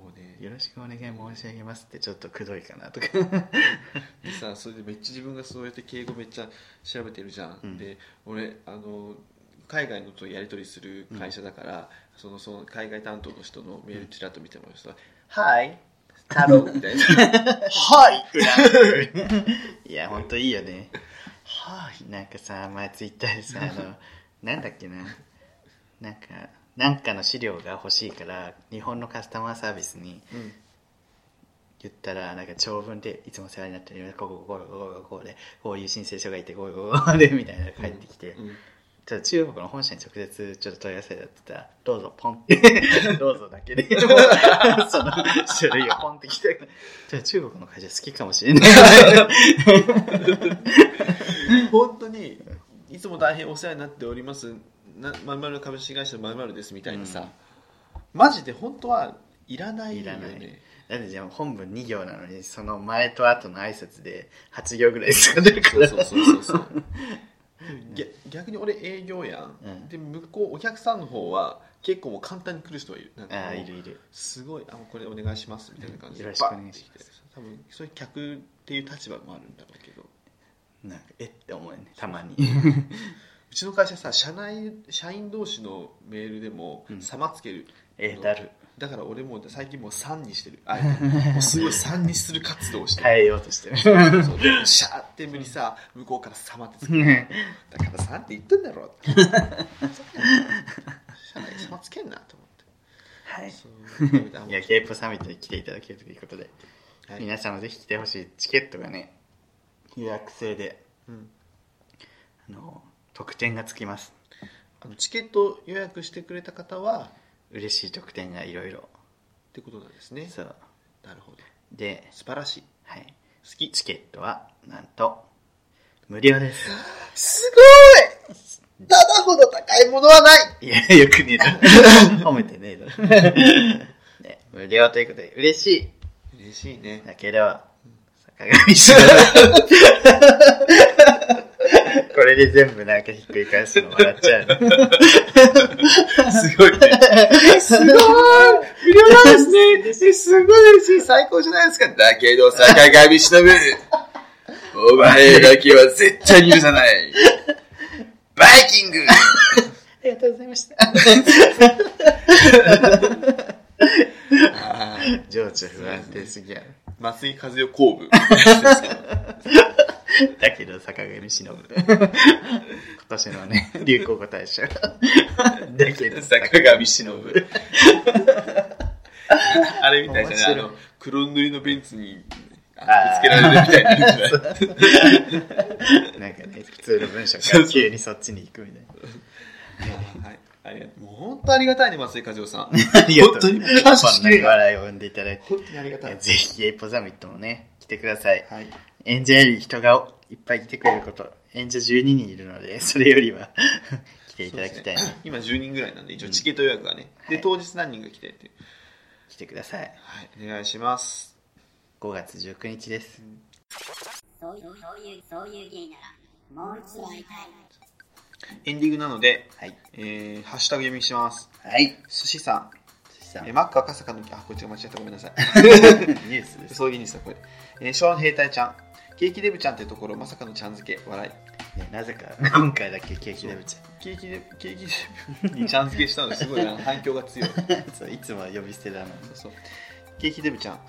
もうね、よろしくお願い申し上げますってちょっとくどいかなとか [LAUGHS] でさそれでめっちゃ自分がそうやって敬語めっちゃ調べてるじゃん、うんで俺あの海外のとやり取りする会社だから、そのその海外担当の人のメールちらっと見てもらうとさ「はい」「太郎」みたいな「はい」いやほんといいよねはいなんかさ前ツイッターでさあのなんだっけななんかなんかの資料が欲しいから日本のカスタマーサービスにうん言ったらなんか長文でいつも世話になってるこうこうこうこうこうこうでこういう申請書がいてこうこうこうこうでみたいなのが返ってきて、うんちょっと中国の本社に直接ちょっと問い合わせだったら、どうぞポン [LAUGHS] って、どうぞだけで、もうその書類をポンって [LAUGHS] きて、じゃあ中国の会社好きかもしれない。本当にいつも大変お世話になっておりますなまるまる株式会社まるまるですみたいなさ、マジで本当はいらないよいらないねだってじゃあ本文2行なのに、その前と後の挨拶で8行ぐらい使ってるかそうら。そうそうそうそう [LAUGHS] ぎゃ逆に俺営業やん、うんで向こうお客さんの方は結構もう簡単に来る人はいるなんかもあうあ、いるいる。すごいあもうこれお願いしますみたいな感じでよろしくお願いしまバッてす来て多分そういう客っていう立場もあるんだろうけどなんかえって思うよねたまにうちの会社さ社内社員同士のメールでもう「ん様」つける、 [LAUGHS] えだるだから俺もう最近もう「3」に [LAUGHS] してるあえてもうすごい「3」にする活動をして変るえようとしてるそうでシャーって無理さ向こうから「様」ってつけるだから3って言ってんだろ社内様つけんなと思ってはいそういや、ケープサミットに来ていただけるということで、はい皆さんもぜひ来てほしいチケットがね、予約制で、うんあの、特典がつきます。あのチケット予約してくれた方はっ嬉しい特典がいろいろ。てことなんですねそう。なるほどで、素晴らしいはい。好きチケットは、なんと、無料です。すごい [LAUGHS] ただほど高いものはないいや、よくねえだろ。 [LAUGHS] 褒めてねえだろ。ね、無料ということで、嬉しい。嬉しいねだけど、坂上 [LAUGHS] 忍これで全部なんかひっくり返すの笑っちゃう。すごい、すごい無料なんですね [LAUGHS] えすごい嬉しい最高じゃないですかだけど坂上忍お前だけは絶対に許さないバイキングありがとうございました。情緒不安定すぎやろ。松井和代公 [LAUGHS] 部だけど、坂上忍。今年のね、流行語大賞。だけど、坂上忍あれみたいじゃないあ面白いの黒塗りのベンツにあぶつあーけられるみたいなやつじゃないなんかね、普通の文章から急にそっちに行くみたいな。はいありがとうもう本当ありがたいね松井和代さん [LAUGHS] ありがとう本当に感謝しこきんなれにない笑いを生んでいただい本当にありがたて、いぜひ、ゲイポサミットもね、来てください。はい演者より人がいっぱい来てくれること、演者12人いるので、それよりは [LAUGHS] 来ていただきたい、ね、今10人ぐらいなんで一応チケット予約がね、うんで当日何人が来てっていう来てください。はいお願いします5月19日です。そういう、そういう、そういう芸なら、もう一度会いたい。エンディングなので、はい。えーハッシュタグ読みしますはい。寿司さんさあえーマック赤坂のあこっちが間違えたごめんなさい [LAUGHS] ニュースです。そういうニュースだこれ、えー、小兵隊ちゃんケーキデブちゃんってところまさかのちゃん付け笑いね、なぜ [LAUGHS] か、今回だけケーキ食べちケーキデブケーキデブにちゃん付けしたのですごいな反響が強いそうゃう。 [LAUGHS] そう、いつもは呼び捨てだの。そうケーキデブち [LAUGHS] ゃん、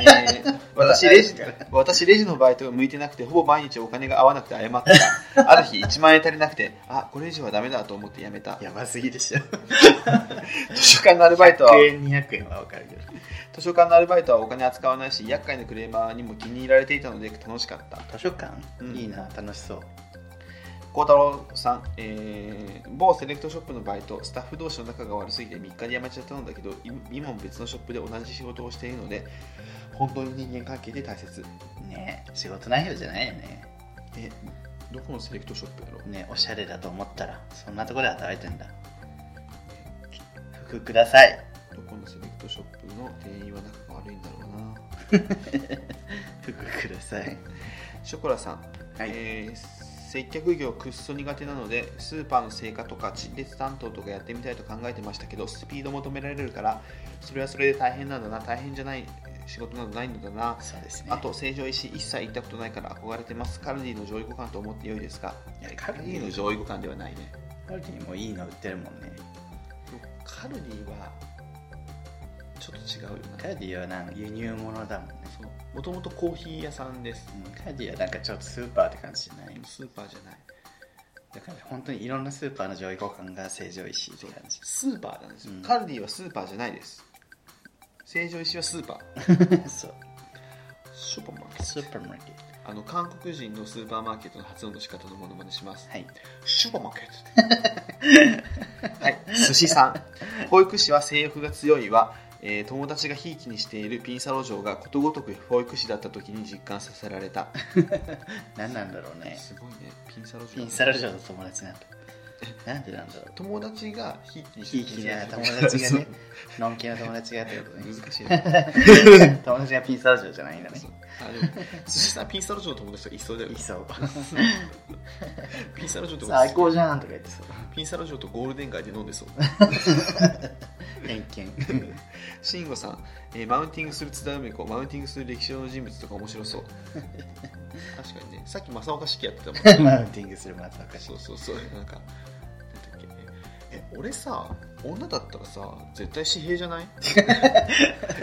えー私レジ私レジのバイトが向いてなくてほぼ毎日お金が合わなくて謝った [LAUGHS] がある日1万円足りなくてあこれ以上はダメだと思ってやめ [LAUGHS] たやばすぎでしょ。図書館のアルバイトは100円、200円はわかるけど。図書館のアルバイトはお金扱わないし厄介なクレーマーにも気に入られていたので楽しかった図書館、うんいいな、楽しそう。孝太郎さん、えー某セレクトショップのバイトスタッフ同士の仲が悪すぎて3日で辞めちゃったんだけどい今も別のショップで同じ仕事をしているので本当に人間関係で大切ね仕事内容じゃないよね。えどこのセレクトショップだろうねおしゃれだと思ったら、そんなところで働いてんだ。服ください。どこのセレクトショップの店員は仲が悪いんだろうな服ください。ショコラさん、はいえー接客業くっそ苦手なのでスーパーの成果とか陳列担当とかやってみたいと考えてましたけどスピード求められるからそれはそれで大変なんだな大変じゃない仕事などないのだなそうですね。あと成城石井一切行ったことないから憧れてますカルディの上位互換と思って良いですかいやカルディの上位互換ではないねカルディもいいの売ってるもんね。カルディはちょっと違うよカルディはなんか輸入物だもんね。なもともとコーヒー屋さんですうんカルディはなんかちょっとスーパーって感じじゃない。スーパーじゃないだから本当にいろんなスーパーの上位互換が成城石井って [LAUGHS] 感じ。スーパーなんですよ、うんカルディはスーパーじゃないです成城石井はスーパーそう。ショパーマーケッスーパーマーケット。トあの韓国人のスーパーマーケットの発音の仕方のものまねしますはい。シューパーマーケット。 [LAUGHS] はい、寿司さん。保育士は性欲が強いは、えー友達がひいきにしているピンサロ嬢がことごとく保育士だった時に実感させられた。何なんだろうね。すごいね、ピンサロ嬢。ピンサロ嬢の友達なんだ。なんでなんだろう。友達がひいきに [LAUGHS] ひいきな友達が [LAUGHS] ね、のんきな友達がってことね。難しいね。 [LAUGHS] 友達がピンサロ嬢じゃないんだねそ。うあでも寿司さん、ピンサロ嬢の友達とかいそうだよいね。そう。ピンサロ嬢とか [LAUGHS] 最高じゃんとか言ってそう。ピンサロ嬢とゴールデン街で飲んでそう。 [LAUGHS] 偏見。慎吾さん、えーマウンティングする津田梅子マウンティングする歴史上の人物とか面白そう確かにねさっき正岡式やってたもんマウンティングする松岡氏 [LAUGHS] そうそうそうなんかなんだっけえ俺さ女だったらさ絶対私兵じゃ [LAUGHS] ない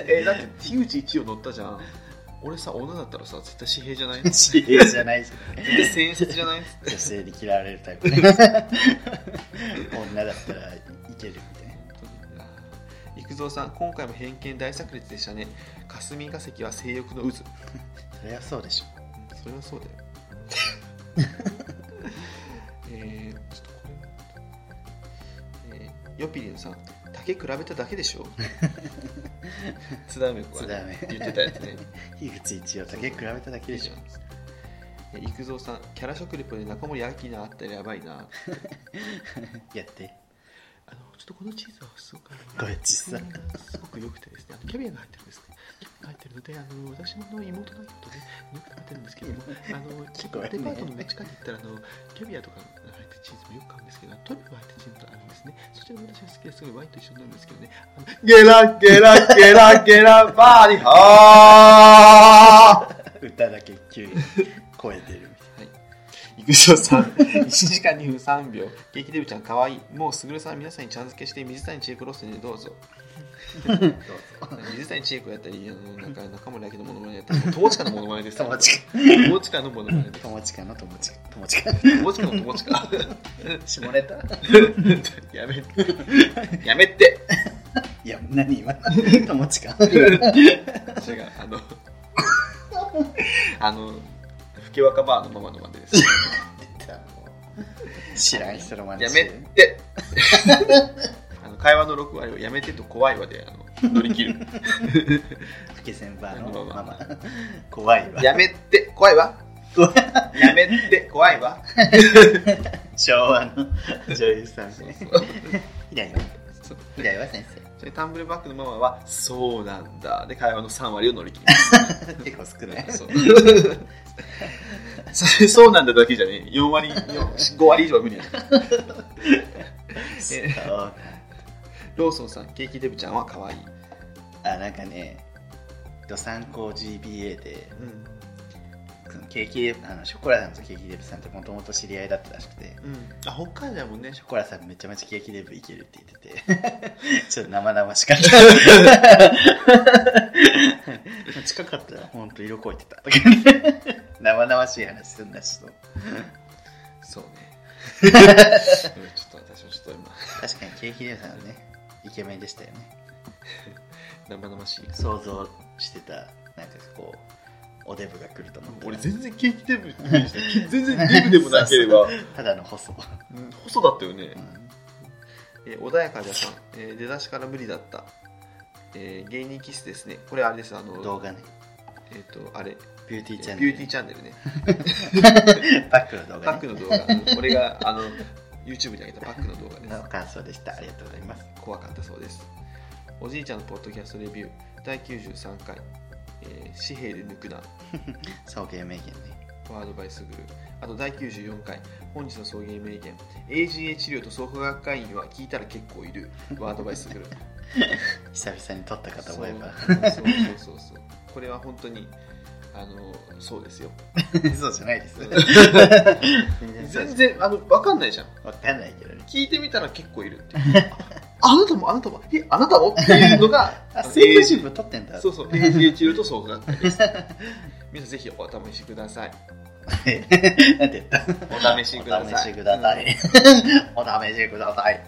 えだって樋口一葉乗ったじゃん俺さ女だったらさ絶対私兵じ [LAUGHS] ゃない絶知り合いじゃないし対戦術じゃない女性に嫌われるタイ [LAUGHS] プね女だったらいけるみたいな [LAUGHS] 育三さん今回も偏見大炸裂でしたね霞が関は性欲の渦それはそうでしょそれは [LAUGHS] そうだよえー、ちょっとこれえー、ヨピリンさん竹比べただけでし [LAUGHS] ょ津田梅子が、ね、津田梅言ってたやつね樋口一葉 [LAUGHS] 竹比べただけでしょえ育三さんキャラ食レポで中森明菜あったらやばいなやってあのちょっとこのチーズはすごくあのこれ実際すごく良くてですね、あのキャビアが入ってるんですね。キャビアが入ってるので、あの私の妹がちょっと [LAUGHS] ね、よく食べてるんですけども、あの結構デパートのね地下に行ったらあのキャビアとかが入ったチーズもよく買うんですけど、トリュフが入ったチーズとかあるんですね。そちらも私が好きですごいワインと一緒になるんですけどね。あのゲラゲラゲラゲラバーリハー。歌だけ急に超えてるみ育三さん1時間2分3秒激デブちゃんかわいいもうすぐるさん皆さんにちゃん付けして水谷千恵子ロスでどうぞ [LAUGHS] 水谷千恵子やったりあのなんか中森明菜のモノマネやったり友近のモノマネですたいな友近友近のモノマネです友近の友近友近友近の友近 [LAUGHS] 下ネタやめやめていや何今友近違うあのあのふけわかバーのママのマネです知らん人の真似やしめてるてあの会話の6割をやめてと怖いわであの乗り切るふけ先輩のまあまマあまマ怖いわやめて怖いわ怖いやめて怖いわ昭和の女優さんそうねそう左はそう左は先それタンブルバックのママは「そうなんだ」で会話の3割を乗り切る [LAUGHS] 生結構少ないそうそれそうなん [LAUGHS] だだけじゃね4割5割以上は無理なのえそうローソンさんケーキデブちゃんは可愛いあなんかねドサンコ GBA でうんそのケーキデブあのショコラさんとケーキデブさんってもともと知り合いだったらしくてうんあ北海道やもんねショコラさんめちゃめちゃケーキデブいけるって言ってて [LAUGHS] ちょっと生々しかった近かったら本当色こいてた [LAUGHS] 生々しい話すんだしとそう [LAUGHS] ねうんちょっと私もちょっと今確かにケーキデブさんはねイケメンでしたよね生々しい想像してたなんかこうおデブが来ると思ったら俺全然ケーキデブ全然デブでもなけれそばうそうただの細、うん細だったよねう、んえー穏やかじゃさん、えー出だしから無理だった、えー芸人キスですねこれあれですあの動画ねえっ、とあれビューティーチャンネビュールティーチャンネルねパックの動 [LAUGHS] パッ画クねの動画うん俺があの YouTube に上げたパックの動画ですの感想でしたありがとうございます怖かったそうですおじいちゃんのポッドキャストレビュー第93回、えー紙幣で抜くな送迎名言ねワードバイスグルあと第94回本日の送迎名言 AGA 治療と創価学会員は聞いたら結構いるワードバイス [LAUGHS] グル久々に撮ったかと思えばそうそうそうそうそうこれは本当にあのそうですよそうじゃないです [LAUGHS] 全然あの分かんないじゃんわかんないけどね聞いてみたら結構いるっていう [LAUGHS] ああなたもあなたもえあなたもっていうの [LAUGHS] があ声優新聞撮ってんだそうそう AGA 治療と創価学会 [LAUGHS] です皆さんぜひお試しくださいなんて [LAUGHS] 言ったお試しくださいお試しくださいお試しください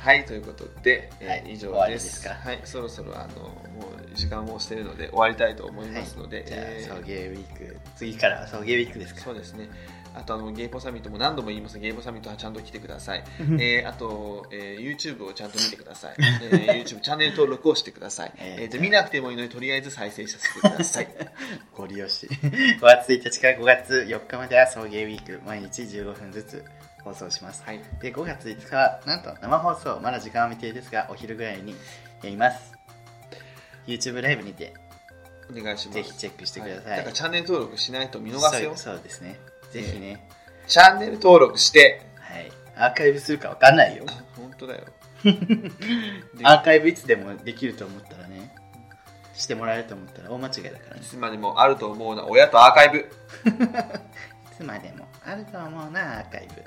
はい、ということで、えーはい以上終わりでですすかはい、そろそろあのもう時間もしてるので終わりたいと思いますので、じゃあえー送迎ウィーク次からは送迎ウィークですかそうですね。あとあのゲイポサミットも何度も言いますがゲイポサミットはちゃんと来てください。えーあと、えー YouTube をちゃんと見てください。えー [LAUGHS] YouTube チャンネル登録をしてください。ええーーと見なくてもいいのでとりあえず再生させてくださ [LAUGHS] い。ご利用し5月1日から5月4日までは送迎ウィーク毎日15分ずつ放送します、はい、で5月5日はなんと生放送まだ時間は未定ですがお昼ぐらいにやります YouTube ライブにてお願いします。ぜひチェックしてくださいはだからチャンネル登録しないと見逃すよ。そうそうですねぜひね、チャンネル登録して。はいアーカイブするかわかんないよ本当だよ。アーカイブいつでもできると思ったらねしてもらえると思ったら大間違いだからねいつまでもあると思うな親とアーカイブいつまでもあると思うなアーカイブ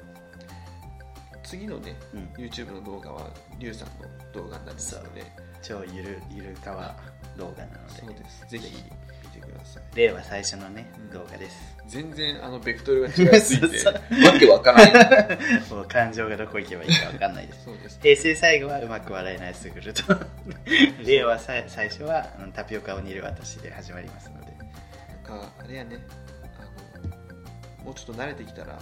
次のね、うん YouTube の動画はリュウさんの動画になりますので超ゆるゆるかわ動画なのでそうですぜひ見てください令和最初のね、うん動画です全然あのベクトルが違いすぎ [LAUGHS] てそうわけわからないもう感情がどこ行けばいいか分かんないです [LAUGHS] そうです平成最後はうまく笑えないすぐる [LAUGHS] と令和さい最初はあのタピオカを煮る私で始まりますのでなんかあれやねあのもうちょっと慣れてきたら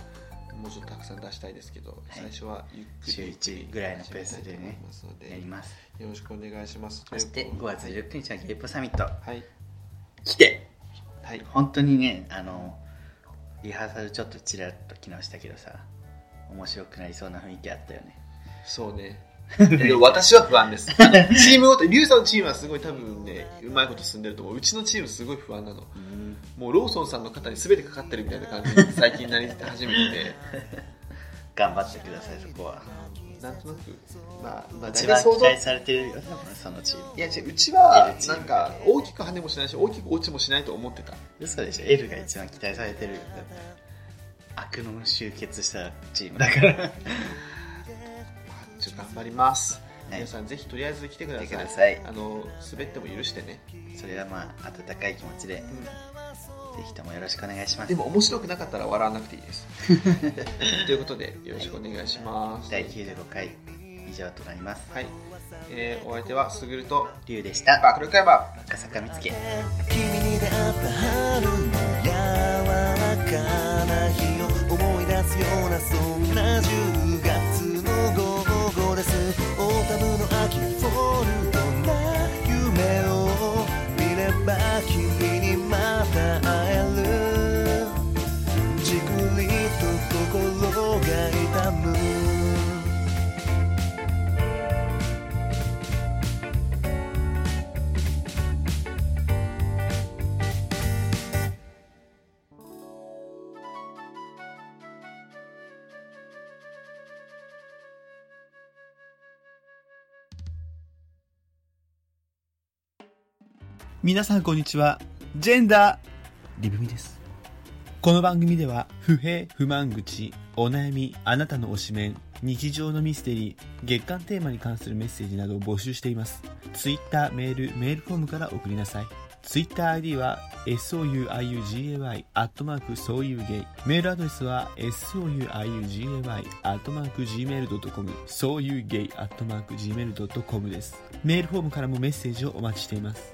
もうちょっとたくさん出したいですけど、最初はゆっくり週1ぐらいのペース始でねめたいと思いますのでやりますよろしくお願いしますそしてという5ことで月19日はゲイポサミットはい来てはい本当にねあのリハーサルちょっとちらっと昨日したけどさ面白くなりそうな雰囲気あったよねそうねでも [LAUGHS] 私は不安ですあの [LAUGHS] チームごとリュウさんのチームはすごい多分ねうまいこと進んでると思ううちのチームすごい不安なのうんもうローソンさんの肩に全てかかってるみたいな感じに最近なり始めてて頑張ってくださいそこはなんとなく、まあ、まあ、一大体番想期像。待されてるよ多分そのチームいや、違ううちは、なんか、大きく跳ねもしないし、大きく落ちもしないと思ってた。嘘でしょ L が一番期待されてるよだって悪の集結したチームだからちょっと頑張ります。はい皆さん、ぜひとりあえず来てください。来てくださいあの、滑っても許してね。それはまあ温かい気持ちで、ぜひともよろしくお願いしまですも、面白くなかったら笑わなくていいです。 [LAUGHS] ということで、よろしくお願いします。第95回以上となりますはい。えーお相手は、すぐると、龍でした爆力山。赤坂見つけ君に出会った春の柔らかな日を思い出すようなそんな10月の午後ですオータムの秋フォルトな夢を見れば君にまた会えるじくりと心が痛む皆さんこんにちは。ジェンダー、リブミです。この番組では、不平、不満口、お悩み、あなたの推しメン、日常のミステリー、月間テーマに関するメッセージなどを募集しています。ツイッター、メール、メールフォームから送りなさい。ツイッター ID は souiugay アットマークそういうゲイメールアドレスは souiugay アットマーク gmail.com そういうゲイアットマーク gmail.com ですメールフォームからもメッセージをお待ちしています